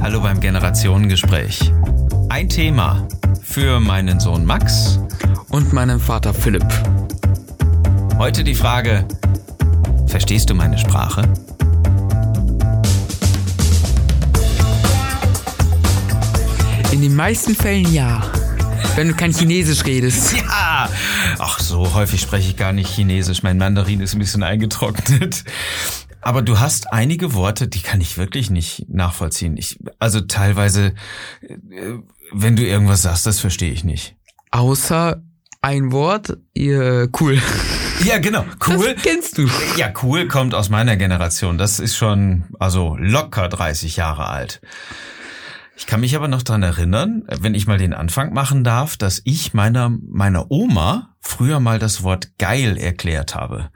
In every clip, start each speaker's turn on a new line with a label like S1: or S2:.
S1: Hallo beim Generationengespräch. Ein Thema für meinen Sohn Max.
S2: Und meinen Vater Philipp.
S1: Heute die Frage, verstehst du meine Sprache?
S2: In den meisten Fällen ja. Wenn du kein Chinesisch redest.
S1: Ja! Ach, so häufig spreche ich gar nicht Chinesisch. Mein Mandarin ist ein bisschen eingetrocknet. Aber du hast einige Worte, die kann ich wirklich nicht nachvollziehen. Ich, also teilweise, äh, wenn du irgendwas sagst, das verstehe ich nicht.
S2: Außer ein Wort, ihr cool.
S1: Ja, genau. Cool.
S2: Das kennst du.
S1: Ja, cool kommt aus meiner Generation. Das ist schon, also locker 30 Jahre alt. Ich kann mich aber noch dran erinnern, wenn ich mal den Anfang machen darf, dass ich meiner, meiner Oma früher mal das Wort geil erklärt habe.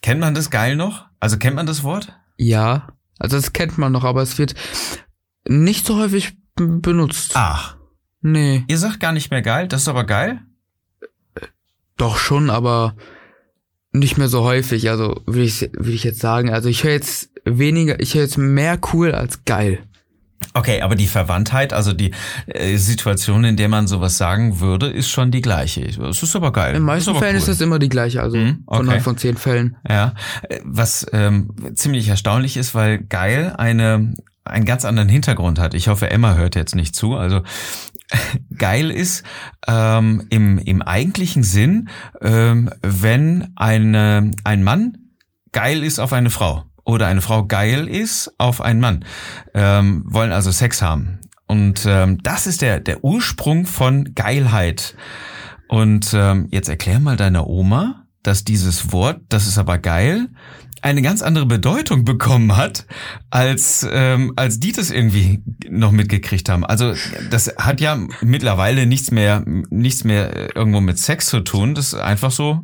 S1: Kennt man das geil noch? Also kennt man das Wort?
S2: Ja, also das kennt man noch, aber es wird nicht so häufig b- benutzt.
S1: Ach,
S2: Nee,
S1: ihr sagt gar nicht mehr geil, das ist aber geil?
S2: doch schon, aber nicht mehr so häufig. Also würde ich, würde ich jetzt sagen. Also ich höre jetzt weniger, ich höre jetzt mehr cool als geil.
S1: Okay, aber die Verwandtheit, also die äh, Situation, in der man sowas sagen würde, ist schon die gleiche. Es ist aber geil.
S2: In den meisten
S1: aber
S2: Fällen ist
S1: cool.
S2: das immer die gleiche, also
S1: Mhm,
S2: von
S1: okay.
S2: neun von zehn Fällen.
S1: Ja, äh, was ähm, ziemlich erstaunlich ist, weil geil eine einen ganz anderen Hintergrund hat. Ich hoffe, Emma hört jetzt nicht zu. Also geil ist ähm, im im eigentlichen Sinn, ähm, wenn eine ein Mann geil ist auf eine Frau oder eine Frau geil ist auf einen Mann, ähm, wollen also Sex haben. Und ähm, das ist der der Ursprung von Geilheit. Und ähm, jetzt erklär mal deiner Oma, dass dieses Wort, das ist aber geil, eine ganz andere Bedeutung bekommen hat, als, ähm, als die das irgendwie noch mitgekriegt haben. Also das hat ja mittlerweile nichts mehr, nichts mehr äh, irgendwo mit Sex zu tun. Das ist einfach so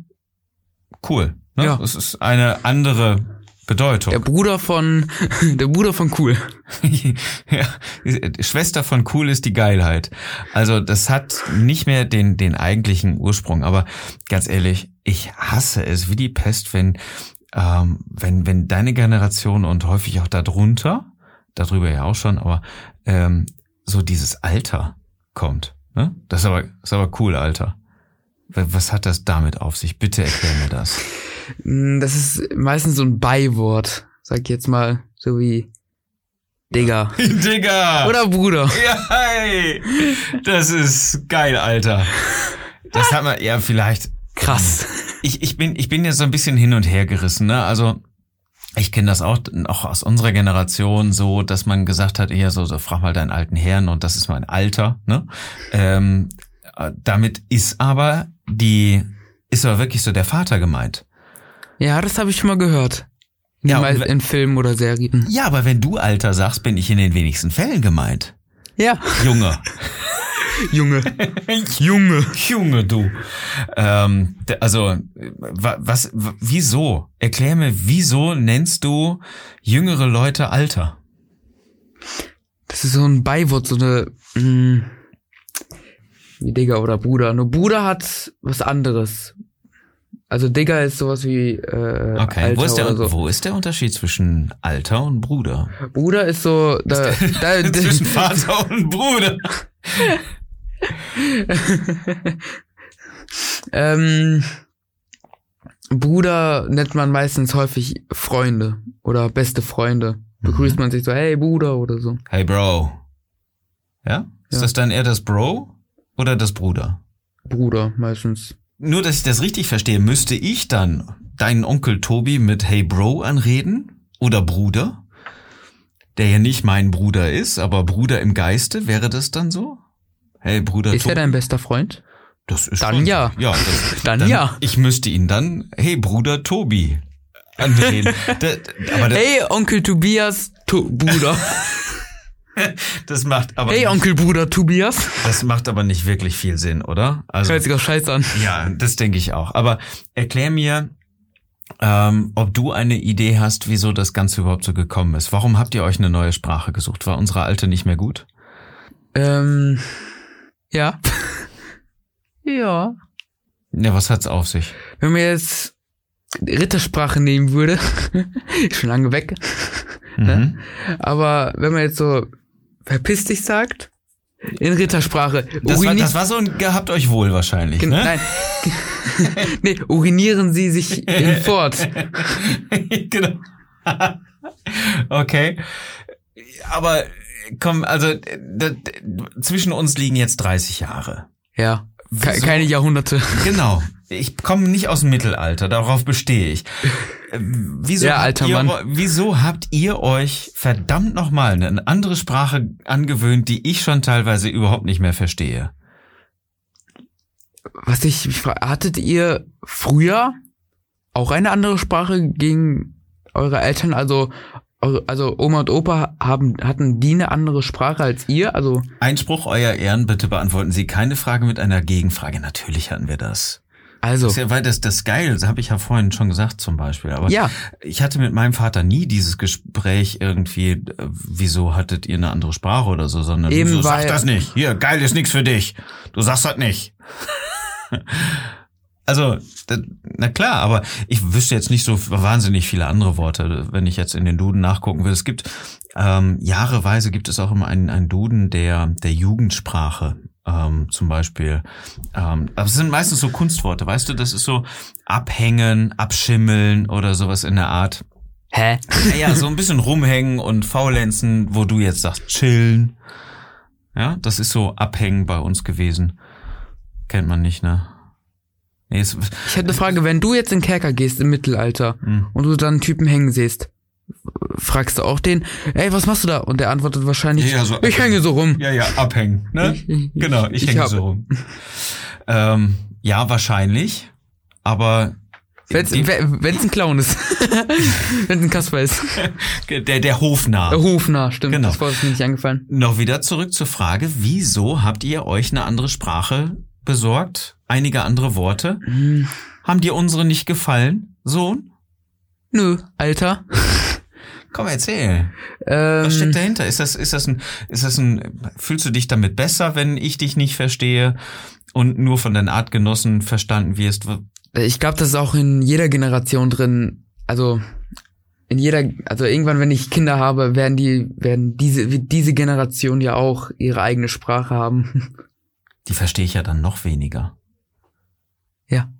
S1: cool. Ne?
S2: Ja.
S1: Das ist eine andere Bedeutung.
S2: Der Bruder von, der Bruder von cool.
S1: ja, Schwester von cool ist die Geilheit. Also das hat nicht mehr den, den eigentlichen Ursprung. Aber ganz ehrlich, ich hasse es wie die Pest, wenn, ähm, wenn, wenn deine Generation und häufig auch darunter, darüber ja auch schon, aber ähm, so dieses Alter kommt. Ne? Das ist aber, ist aber cool, Alter. W- Was hat das damit auf sich? Bitte erklär mir das.
S2: Mm, Das ist meistens so ein Beiwort, sag ich jetzt mal, so wie Digger
S1: Digga!
S2: oder Bruder.
S1: Ja, hey. das ist geil, Alter. Das hat man ja vielleicht.
S2: Krass.
S1: Ich, ich bin ich bin jetzt so ein bisschen hin und her gerissen, ne? Also ich kenne das auch, auch aus unserer Generation so, dass man gesagt hat, eher so, so frag mal deinen alten Herrn und das ist mein Alter, ne? Ähm, äh, damit ist aber die ist aber wirklich so der Vater gemeint.
S2: Ja, das habe ich schon mal gehört.
S1: Ja,
S2: Ja,
S1: und we-
S2: in Filmen oder Serien.
S1: Ja, aber wenn du Alter sagst, bin ich in den wenigsten Fällen gemeint.
S2: Ja,
S1: Junge.
S2: Junge. Junge.
S1: Junge, du. Ähm, d- also, wa- was, w- wieso? Erklär mir, wieso nennst du jüngere Leute Alter?
S2: Das ist so ein Beiwort, so eine mm, wie Digger oder Bruder. Nur Bruder hat was anderes. Also Digger ist sowas wie äh,
S1: Okay,
S2: Alter
S1: wo, ist der,
S2: oder so.
S1: wo ist der Unterschied zwischen Alter und Bruder? Äh,
S2: Bruder ist so da, da,
S1: zwischen Vater und Bruder.
S2: ähm, Bruder nennt man meistens häufig Freunde oder beste Freunde. Begrüßt man sich so, hey Bruder oder so.
S1: Hey, Bro. Ja? Ist
S2: Ja.
S1: das dann eher das Bro oder das Bruder?
S2: Bruder meistens.
S1: Nur, dass ich das richtig verstehe, müsste ich dann deinen Onkel Tobi mit Hey Bro anreden oder Bruder, der ja nicht mein Bruder ist, aber Bruder im Geiste, wäre das dann so? Hey Bruder
S2: Ist er
S1: Tobi,
S2: dein bester Freund?
S1: das ist
S2: Dann
S1: schon-
S2: ja.
S1: ja das,
S2: Dann ja.
S1: Ich müsste ihn dann Hey Bruder Tobi anreden. da, da- aber das,
S2: Hey Onkel Tobias, to Bruder.
S1: das macht aber
S2: hey Onkel Bruder Tobias.
S1: das macht aber nicht wirklich viel Sinn, oder? Also
S2: Hört sich auch scheiße an.
S1: Ja, das denke ich auch. Aber erklär mir, ähm, ob du eine Idee hast, wieso das Ganze überhaupt so gekommen ist. Warum habt ihr euch eine neue Sprache gesucht? War unsere alte nicht mehr gut?
S2: Ähm, ja. ja.
S1: Ja, Ne, was hat's auf sich?
S2: Wenn man jetzt Rittersprache nehmen würde, ist schon lange weg,
S1: Mhm.
S2: aber wenn man jetzt so verpiss dich sagt. In Rittersprache.
S1: Das war,
S2: Urinier-
S1: das war so ein gehabt euch wohl wahrscheinlich,
S2: Gen-
S1: ne?
S2: Nein. nee, urinieren sie sich in fort.
S1: genau. okay. Aber komm, also d- d- zwischen uns liegen jetzt 30 Jahre.
S2: Ja. Ke
S1: So-
S2: keine Jahrhunderte.
S1: Genau. Ich komme nicht aus dem Mittelalter, darauf bestehe ich. Äh, Wieso,
S2: Ja,
S1: habt
S2: alter
S1: ihr,
S2: Mann.
S1: wieso habt ihr euch verdammt nochmal eine andere Sprache angewöhnt, die ich schon teilweise überhaupt nicht mehr verstehe?
S2: Was ich mich frage, hattet ihr früher auch eine andere Sprache gegen eure Eltern? Also, eure- also Oma und Opa haben, hatten die eine andere Sprache als ihr? Also,
S1: Einspruch, euer Ehren, bitte beantworten Sie keine Frage mit einer Gegenfrage. Natürlich hatten wir das.
S2: also.
S1: Das, ist ja, weil das, das geil, das habe ich ja vorhin schon gesagt zum Beispiel. Aber
S2: Ja,
S1: ich hatte mit meinem Vater nie dieses Gespräch irgendwie, äh, wieso hattet ihr eine andere Sprache oder so, sondern
S2: Eben
S1: wieso
S2: weil-
S1: sag das nicht. Hier, geil ist nichts für dich. Du sagst das nicht. also, da- na klar, aber ich wüsste jetzt nicht so wahnsinnig viele andere Worte, wenn ich jetzt in den Duden nachgucken will. Es gibt ähm, jahreweise gibt es auch immer einen, einen Duden der, der Jugendsprache. Ähm, zum Beispiel. Ähm, aber es sind meistens so Kunstworte, weißt du, das ist so abhängen, abschimmeln oder sowas in der Art.
S2: hä?
S1: Naja, so ein bisschen rumhängen und faulenzen, wo du jetzt sagst, chillen. Ja, das ist so abhängen bei uns gewesen. Kennt man nicht, ne? Nee, es,
S2: Ich hätte eine Frage, wenn du jetzt in den Kerker gehst im Mittelalter
S1: Hm.
S2: und du dann einen Typen hängen siehst, fragst du auch den, ey, was machst du da? Und der antwortet wahrscheinlich,
S1: Ja, so-
S2: ich hänge so rum.
S1: ja, ja, abhängen, ne?
S2: Ich-
S1: Genau, ich,
S2: ich
S1: hänge
S2: hab-
S1: so rum. Ähm, ja, wahrscheinlich, aber
S2: Wenn's,
S1: die-
S2: wenn es ein Clown ist. wenn es ein Kasper ist.
S1: der, der Hofnarr.
S2: Der Hofnarr, stimmt.
S1: Genau.
S2: Das Wort ist mir nicht angefallen.
S1: Noch wieder zurück zur Frage, wieso habt ihr euch eine andere Sprache besorgt? Einige andere Worte?
S2: Hm,
S1: Haben dir unsere nicht gefallen, Sohn?
S2: Nö, Alter.
S1: Komm, erzähl.
S2: Ähm,
S1: Was steckt dahinter? Ist das, ist das ein, ist das ein, fühlst du dich damit besser, wenn ich dich nicht verstehe und nur von deinen Artgenossen verstanden wirst?
S2: ich glaube, das ist auch in jeder Generation drin. Also in jeder, also irgendwann, wenn ich Kinder habe, werden die, werden diese, wird diese Generation ja auch ihre eigene Sprache haben.
S1: Die verstehe ich ja dann noch weniger.
S2: ja.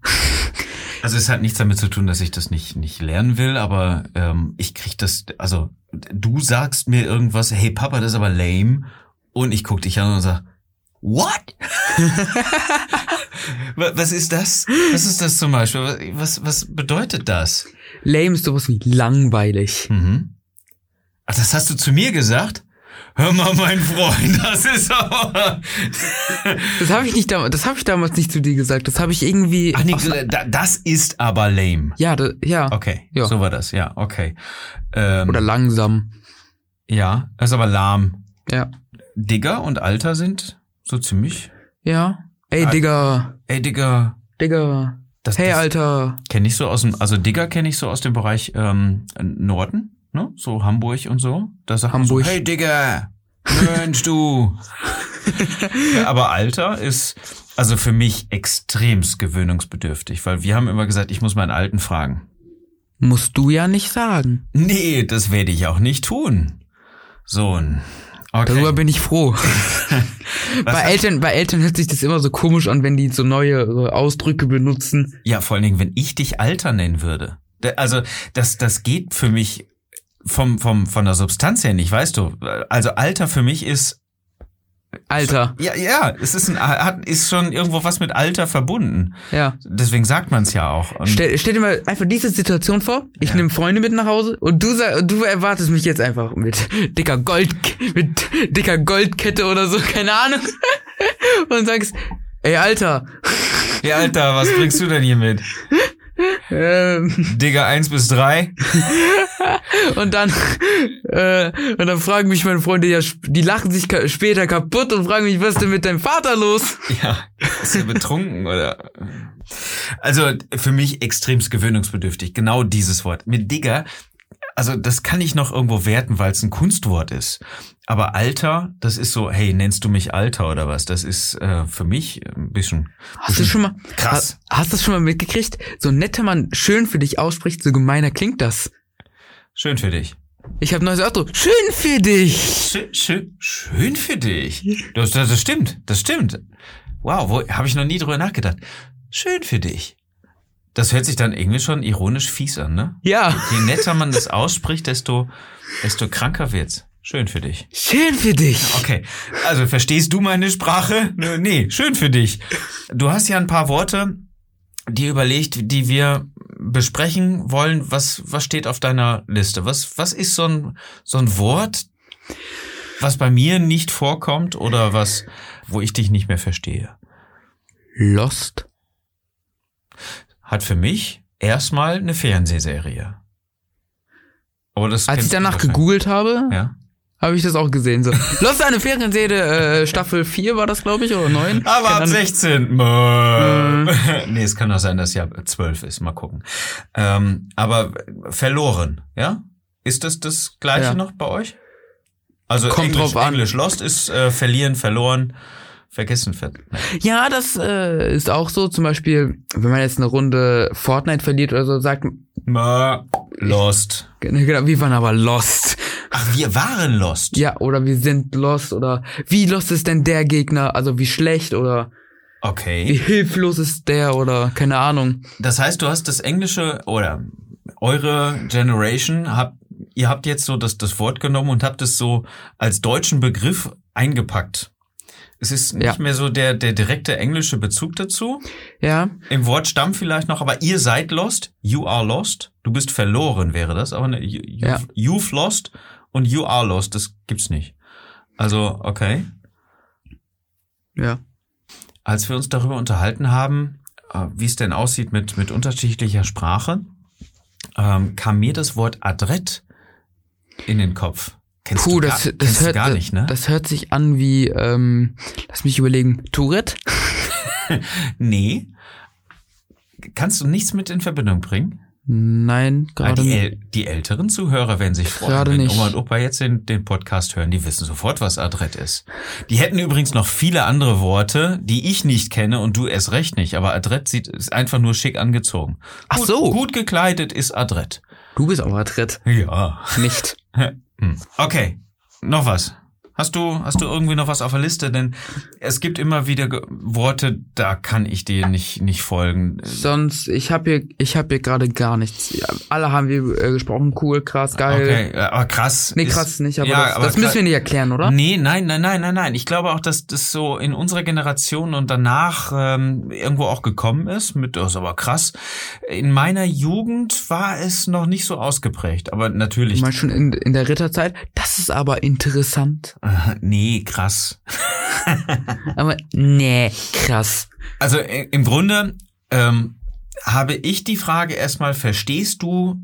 S1: Also es hat nichts damit zu tun, dass ich das nicht, nicht lernen will, aber ähm, ich krieg das, also du sagst mir irgendwas, hey Papa, das ist aber lame. Und ich guck dich an und sag, what? Wa- was ist das? Was ist das zum Beispiel? Was, was bedeutet das?
S2: Lame ist sowas wie langweilig.
S1: Mhm. Ach, das hast du zu mir gesagt? Hör mal, mein Freund, das ist aber...
S2: Das habe ich nicht damals, das habe ich damals nicht zu dir gesagt. Das habe ich irgendwie.
S1: Ach nee,
S2: aus-
S1: da- das ist aber lame.
S2: ja, da, ja.
S1: Okay,
S2: Ja.
S1: so war das, ja, okay. Ähm,
S2: Oder langsam.
S1: Ja, das ist aber lahm.
S2: Ja.
S1: Digger und Alter sind so ziemlich.
S2: Ja. Ey,
S1: Ah.
S2: Digga,
S1: Ey, Digger,
S2: Digga.
S1: das,
S2: Hey,
S1: das
S2: Alter.
S1: kenne ich so aus dem, also Digger kenne ich so aus dem Bereich ähm, Norden, ne? So Hamburg und so. Da sagt man
S2: Hamburg.
S1: So, hey Digger, Mensch du. ja, aber Alter ist also für mich extremst gewöhnungsbedürftig, weil wir haben immer gesagt, ich muss meinen Alten fragen.
S2: Musst du ja nicht sagen.
S1: Nee, das werde ich auch nicht tun. Sohn. Okay.
S2: Darüber bin ich froh. bei
S1: hast-
S2: Eltern, bei Eltern hört sich das immer so komisch an, wenn die so neue Ausdrücke benutzen.
S1: Ja, vor allen Dingen, wenn ich dich Alter nennen würde. Da- Also, das, das geht für mich vom, vom, von der Substanz her nicht, weißt du. Also, Alter für mich ist,
S2: Alter.
S1: ja, ja, es ist ein, hat, ist schon irgendwo was mit Alter verbunden.
S2: Ja.
S1: Deswegen sagt man es ja auch. Und
S2: Stell, stell dir mal Hm. einfach diese Situation vor. Ich
S1: Ja.
S2: nehme Freunde mit nach Hause und du sag, du erwartest mich jetzt einfach mit dicker Gold mit dicker Goldkette oder so, keine Ahnung. Und sagst, ey Alter,
S1: hey, Alter, was bringst du denn hier mit?
S2: ähm,
S1: Digga, eins bis drei?
S2: und dann äh, und dann fragen mich meine Freunde ja, sp- die lachen sich ka später kaputt und fragen mich, was ist denn mit deinem Vater los?
S1: Ja, ist er betrunken oder? Also für mich extremst gewöhnungsbedürftig, genau dieses Wort. Mit Digger, also das kann ich noch irgendwo werten, weil es ein Kunstwort ist. Aber Alter, das ist so, hey, nennst du mich Alter oder was? Das ist äh, für mich ein bisschen
S2: Hast du schon mal
S1: krass.
S2: ha- Hast du das schon mal mitgekriegt? So netter man schön für dich ausspricht, so gemeiner klingt das.
S1: Schön für dich.
S2: Ich habe neues Auto. Schön für dich.
S1: Schön, schön, schön für dich. Das, das, das stimmt, das stimmt. Wow, habe ich noch nie drüber nachgedacht. Schön für dich. Das hört sich dann irgendwie schon ironisch fies an, ne?
S2: Ja.
S1: Je netter man das ausspricht, desto, desto kranker wird's. Schön für dich.
S2: Schön für dich.
S1: Okay, also verstehst du meine Sprache? Nö, Nee, schön für dich. Du hast ja ein paar Worte, die überlegt, die wir besprechen wollen. Was, was steht auf deiner Liste? Was, was ist so ein, so ein Wort, was bei mir nicht vorkommt oder was, wo ich dich nicht mehr verstehe?
S2: Lost.
S1: Hat für mich erstmal eine Fernsehserie. Aber das
S2: Als ich
S1: kennst du
S2: danach
S1: wahrscheinlich.
S2: gegoogelt habe,
S1: Ja.
S2: habe ich das auch gesehen. So. Lost eine Ferienserie, äh, Staffel 4 war das, glaube ich, oder 9.
S1: Aber ab
S2: Keine Ahnung.
S1: 16. Mö.
S2: Mhm.
S1: nee, es kann auch sein, dass ja 12 ist. Mal gucken. Ähm, aber verloren, ja? Ist das das gleiche
S2: Ja.
S1: noch bei euch? Also
S2: Kommt
S1: Englisch,
S2: drauf an.
S1: Englisch Lost ist äh, verlieren, verloren, vergessen. Ver
S2: Ja, das äh, ist auch so. Zum Beispiel, wenn man jetzt eine Runde Fortnite verliert oder so, sagt man,
S1: Mö. Lost.
S2: genau, wir waren aber lost.
S1: Ach, wir waren Lost.
S2: Ja, oder wir sind lost oder wie lost ist denn der Gegner? Also wie schlecht oder wie
S1: Okay.
S2: hilflos ist der oder keine Ahnung.
S1: Das heißt, du hast das englische oder eure Generation habt ihr habt jetzt so das das Wort genommen und habt es so als deutschen Begriff eingepackt. Es ist nicht
S2: Ja.
S1: mehr so der der direkte englische Bezug dazu.
S2: Ja,
S1: Im Wortstamm vielleicht noch, aber ihr seid lost, you are lost, du bist verloren wäre das, aber ne, you, you've,
S2: Ja.
S1: you've lost und you are lost, das gibt's nicht. Also, okay
S2: ja.
S1: äh, ähm,
S2: Puh,
S1: du gar,
S2: das, das,
S1: kennst
S2: hört,
S1: du gar nicht, ne?
S2: das hört sich an wie, ähm, lass mich überlegen, Tourette?
S1: nee. Kannst du nichts mit in Verbindung bringen?
S2: Nein,
S1: Ah,
S2: gerade
S1: die,
S2: nicht.
S1: äl- die älteren Zuhörer werden sich freuen,
S2: Gerade
S1: wenn
S2: nicht.
S1: Oma und Opa jetzt den, den Podcast hören. Die wissen sofort, was Adrett ist. Die hätten übrigens noch viele andere Worte, die ich nicht kenne und du erst recht nicht. Aber Adrett sieht ist einfach nur schick angezogen.
S2: Ach
S1: gut,
S2: so.
S1: Gut gekleidet ist Adrett.
S2: Du bist aber adrett.
S1: Ja.
S2: Nicht.
S1: Hm. Okay, noch was. Hast du, hast du irgendwie noch was auf der Liste? Denn es gibt immer wieder Ge Worte, da kann ich dir nicht, nicht folgen.
S2: Sonst, ich habe hier, ich habe hier gerade gar nichts. Ja, alle haben wir äh, gesprochen, cool, krass, geil.
S1: Okay, äh, aber krass.
S2: Nee,
S1: ist-
S2: krass nicht, aber, das, das
S1: klar-
S2: müssen wir nicht erklären, oder?
S1: Nee, nein, nein, nein, nein, nein. Ich glaube auch, dass das so in unserer Generation und danach ähm, irgendwo auch gekommen ist. Mit, das ist aber krass. In meiner Jugend war es noch nicht so ausgeprägt, aber
S2: Ich
S1: natürlich.
S2: meine schon in, in der Ritterzeit. Das ist aber interessant.
S1: nee, krass.
S2: Aber nee, krass.
S1: Also i- im Grunde ähm, habe ich die Frage erstmal, verstehst du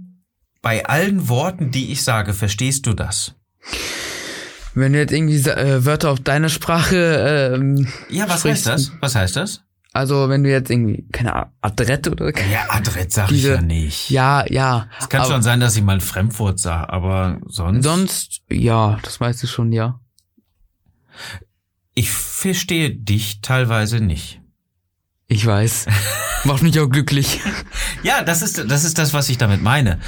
S1: bei allen Worten, die ich sage, verstehst du das?
S2: Wenn du jetzt irgendwie sa- äh, Wörter auf deine Sprache, ähm,
S1: Ja, was
S2: Sprichst
S1: heißt das? Was heißt das?
S2: also wenn du jetzt irgendwie, keine Ahnung, Adrette oder
S1: Ja, Adrett sage ich
S2: Diese-
S1: ja nicht.
S2: Ja, ja.
S1: Es kann
S2: aber
S1: schon sein, dass ich mal ein Fremdwort sage, aber sonst.
S2: Sonst, ja, das weißt du schon, ja.
S1: Ich verstehe dich teilweise nicht.
S2: Ich weiß. Macht mich auch glücklich.
S1: Ja, das ist, das ist das, was ich damit meine.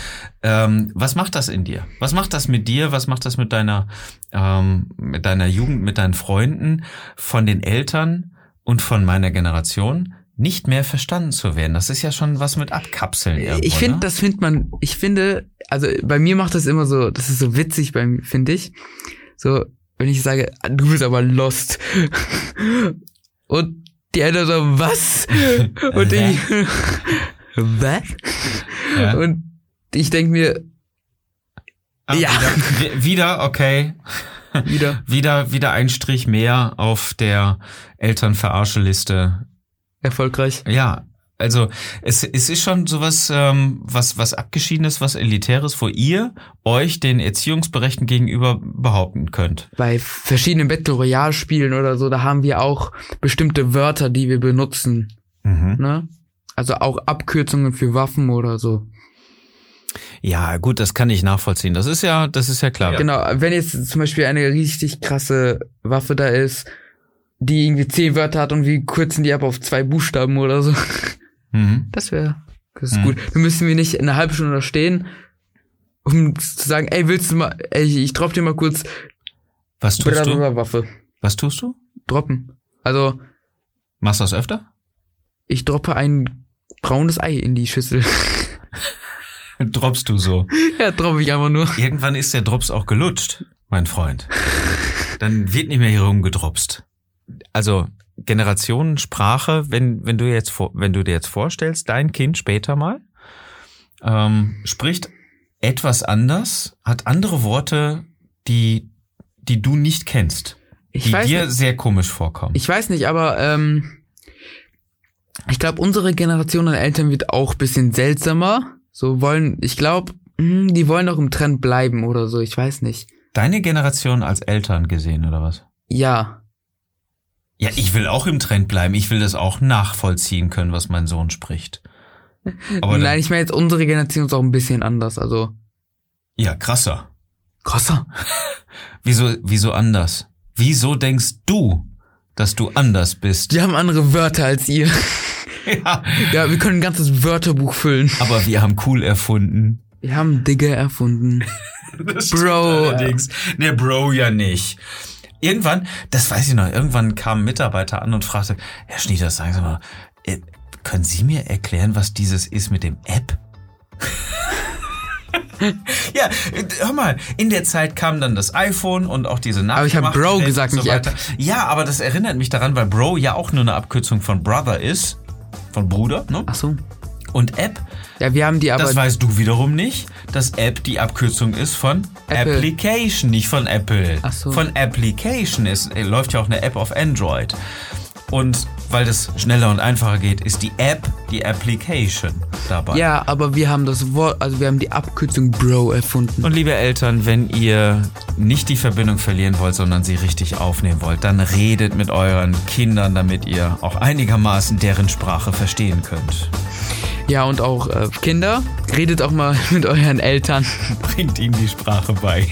S1: Ähm, was macht das in dir? Was macht das mit dir? Was macht das mit deiner, ähm, mit deiner Jugend, mit deinen Freunden, von den Eltern und von meiner Generation? Nicht mehr verstanden zu werden. Das ist ja schon was mit Abkapseln irgendwo.
S2: ich finde,
S1: ne?
S2: das findet man, ich finde, also bei mir macht das immer so, das ist so witzig bei mir, finde ich. So, wenn ich sage, "Ah, du bist aber lost. Und die Eltern so, was? Und ich, was?
S1: Ja.
S2: Und ich denke mir
S1: Ah,
S2: ja.
S1: Wieder, wi- wieder, okay.
S2: wieder,
S1: Wieder, wieder ein Strich mehr auf der Elternverarsche-Liste
S2: erfolgreich.
S1: Ja, also es, es ist schon sowas, ähm, was, was Abgeschiedenes, was Elitäres, wo ihr euch den Erziehungsberechten gegenüber behaupten könnt.
S2: Bei verschiedenen Battle Royale Spielen oder so, da haben wir auch bestimmte Wörter, die wir benutzen. ne? Also auch Abkürzungen für Waffen oder so.
S1: Ja, gut, das kann ich nachvollziehen. Das ist ja, das ist ja klar.
S2: Genau, wenn jetzt zum Beispiel eine richtig krasse Waffe da ist, die irgendwie zehn Wörter hat und wir kürzen die ab auf zwei Buchstaben oder so.
S1: Mhm.
S2: Das wäre das ist
S1: Mhm.
S2: gut. Dann müssen wir nicht eine halbe Stunde da stehen um zu sagen, ey, willst du mal, ey, ich drop dir mal kurz
S1: Was tust du?
S2: Waffe.
S1: Was tust du?
S2: Droppen. Also,
S1: Machst du das öfter?
S2: ich droppe ein braunes Ei in die Schüssel.
S1: Droppst du so.
S2: ja, droppe ich einfach nur.
S1: Irgendwann ist der Drops auch gelutscht, mein Freund. Dann wird nicht mehr hier rumgedropst. Also Generationensprache, wenn, wenn du jetzt vor, wenn du dir jetzt vorstellst, dein Kind später mal ähm, spricht etwas anders, hat andere Worte, die, die du nicht kennst,
S2: Ich
S1: die
S2: weiß,
S1: dir
S2: nicht,
S1: sehr komisch vorkommen.
S2: ich weiß nicht, aber ähm, ich glaube, unsere Generation an Eltern wird auch bisschen seltsamer. So wollen, ich glaube, die wollen doch im Trend bleiben oder so, ich weiß nicht.
S1: Deine Generation als Eltern gesehen, oder was?
S2: Ja,
S1: Ja, ich will auch im Trend bleiben. Ich will das auch nachvollziehen können, was mein Sohn spricht. Aber dann-
S2: nein, ich meine jetzt unsere Generation ist auch ein bisschen anders, also
S1: ja, krasser.
S2: krasser.
S1: Wieso, wieso anders? Wieso denkst du, dass du anders bist?
S2: Die haben andere Wörter als ihr.
S1: Ja.
S2: Ja, wir können ein ganzes Wörterbuch füllen.
S1: Aber wir haben cool erfunden.
S2: Wir haben Digger erfunden.
S1: Das
S2: Bro.
S1: stimmt Allerdings. Ne, Bro ja nicht. Irgendwann, das weiß ich noch, irgendwann kam ein Mitarbeiter an und fragte, Herr Schnieders, sagen Sie mal, äh, können Sie mir erklären, was dieses ist mit dem App? ja, äh, hör mal, in der Zeit kam dann das iPhone und auch diese Nachricht.
S2: Aber ich hab Bro gesagt, nicht App.
S1: Ja, aber das erinnert mich daran, weil Bro ja auch nur eine Abkürzung von Brother ist, von Bruder, ne?
S2: Ach so.
S1: Und App
S2: Ja, wir haben die aber
S1: das weißt du wiederum nicht, dass App die Abkürzung ist von
S2: Apple.
S1: Application, nicht von Apple.
S2: Ach so.
S1: Von Application ist, äh, läuft ja auch eine App auf Android. Und weil das schneller und einfacher geht, ist die App die Application dabei.
S2: Ja, aber wir haben das Wort, also wir haben die Abkürzung Bro erfunden.
S1: Und liebe Eltern, wenn ihr nicht die Verbindung verlieren wollt, sondern sie richtig aufnehmen wollt, dann redet mit euren Kindern, damit ihr auch einigermaßen deren Sprache verstehen könnt.
S2: Ja, und auch äh, Kinder, redet auch mal mit euren Eltern.
S1: Bringt ihnen die Sprache bei.